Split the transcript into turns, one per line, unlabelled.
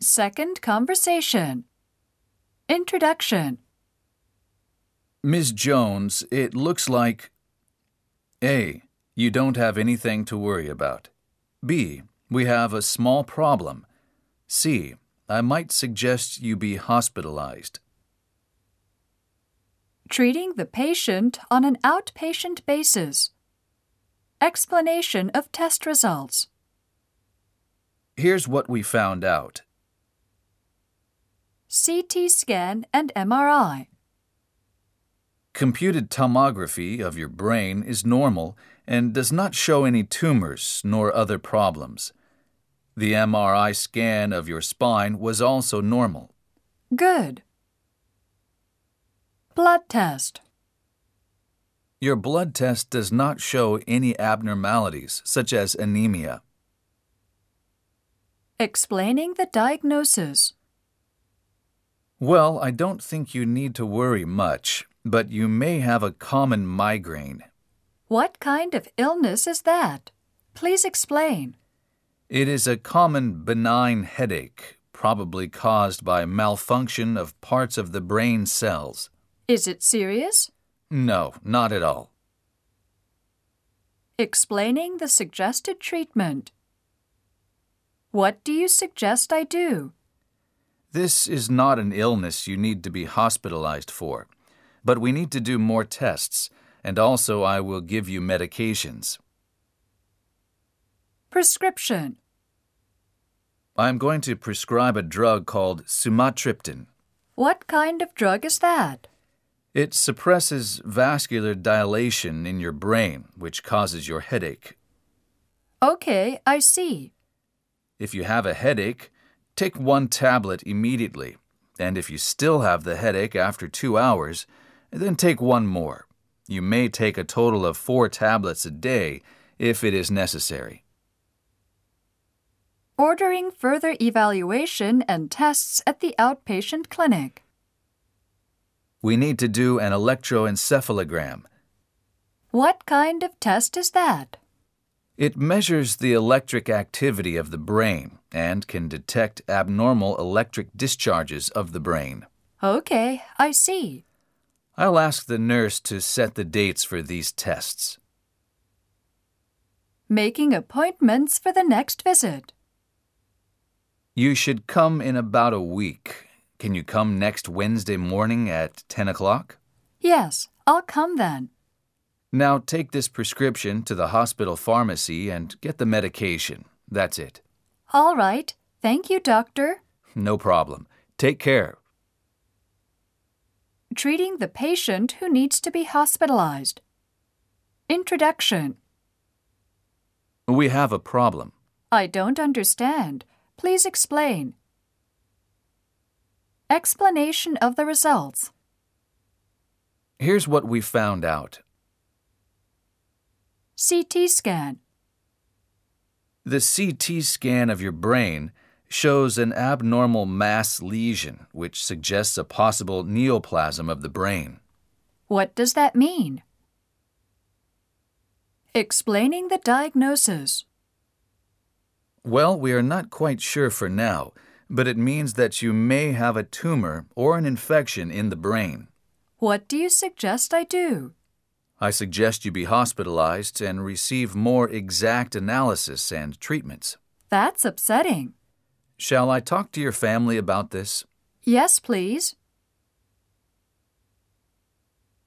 Second conversation. Introduction.
Ms. Jones, it looks like. A. You don't have anything to worry about. B. We have a small problem. C. I might suggest you be hospitalized.
Treating the patient on an outpatient basis. Explanation of test results.
Here's what we found out.
CT scan and MRI.
Computed tomography of your brain is normal and does not show any tumors nor other problems. The MRI scan of your spine was also normal.
Good. Blood test.
Your blood test does not show any abnormalities, such as anemia.
Explaining the diagnosis.
Well, I don't think you need to worry much, but you may have a common migraine.
What kind of illness is that? Please explain.
It is a common benign headache, probably caused by malfunction of parts of the brain cells.
Is it serious?
No, not at all.
Explaining the suggested treatment. What do you suggest I do?
This is not an illness you need to be hospitalized for, but we need to do more tests, and also I will give you medications.
Prescription.
I'm going to prescribe a drug called sumatriptan.
What kind of drug is that?
It suppresses vascular dilation in your brain, which causes your headache.
Okay, I see.
If you have a headache, take one tablet immediately, and if you still have the headache after two hours, then take one more. You may take a total of four tablets a day if it is necessary.
Ordering further evaluation and tests at the outpatient clinic.
We need to do an electroencephalogram.
What kind of test is that?
It measures the electric activity of the brain and can detect abnormal electric discharges of the brain.
Okay, I see.
I'll ask the nurse to set the dates for these tests.
Making appointments for the next visit.
You should come in about a week. Can you come next Wednesday morning at 10 o'clock?
Yes, I'll come then.
Now take this prescription to the hospital pharmacy and get the medication. That's it.
All right. Thank you, doctor.
No problem. Take care.
Treating the patient who needs to be hospitalized. Introduction
We have a problem.
I don't understand. Please explain. Explanation of the results.
Here's what we found out.
CT scan.
The CT scan of your brain shows an abnormal mass lesion, which suggests a possible neoplasm of the brain.
What does that mean? Explaining the diagnosis.
Well, we are not quite sure for now, but it means that you may have a tumor or an infection in the brain.
What do you suggest I do?
I suggest you be hospitalized and receive more exact analysis and treatments.
That's upsetting.
Shall I talk to your family about this?
Yes, please.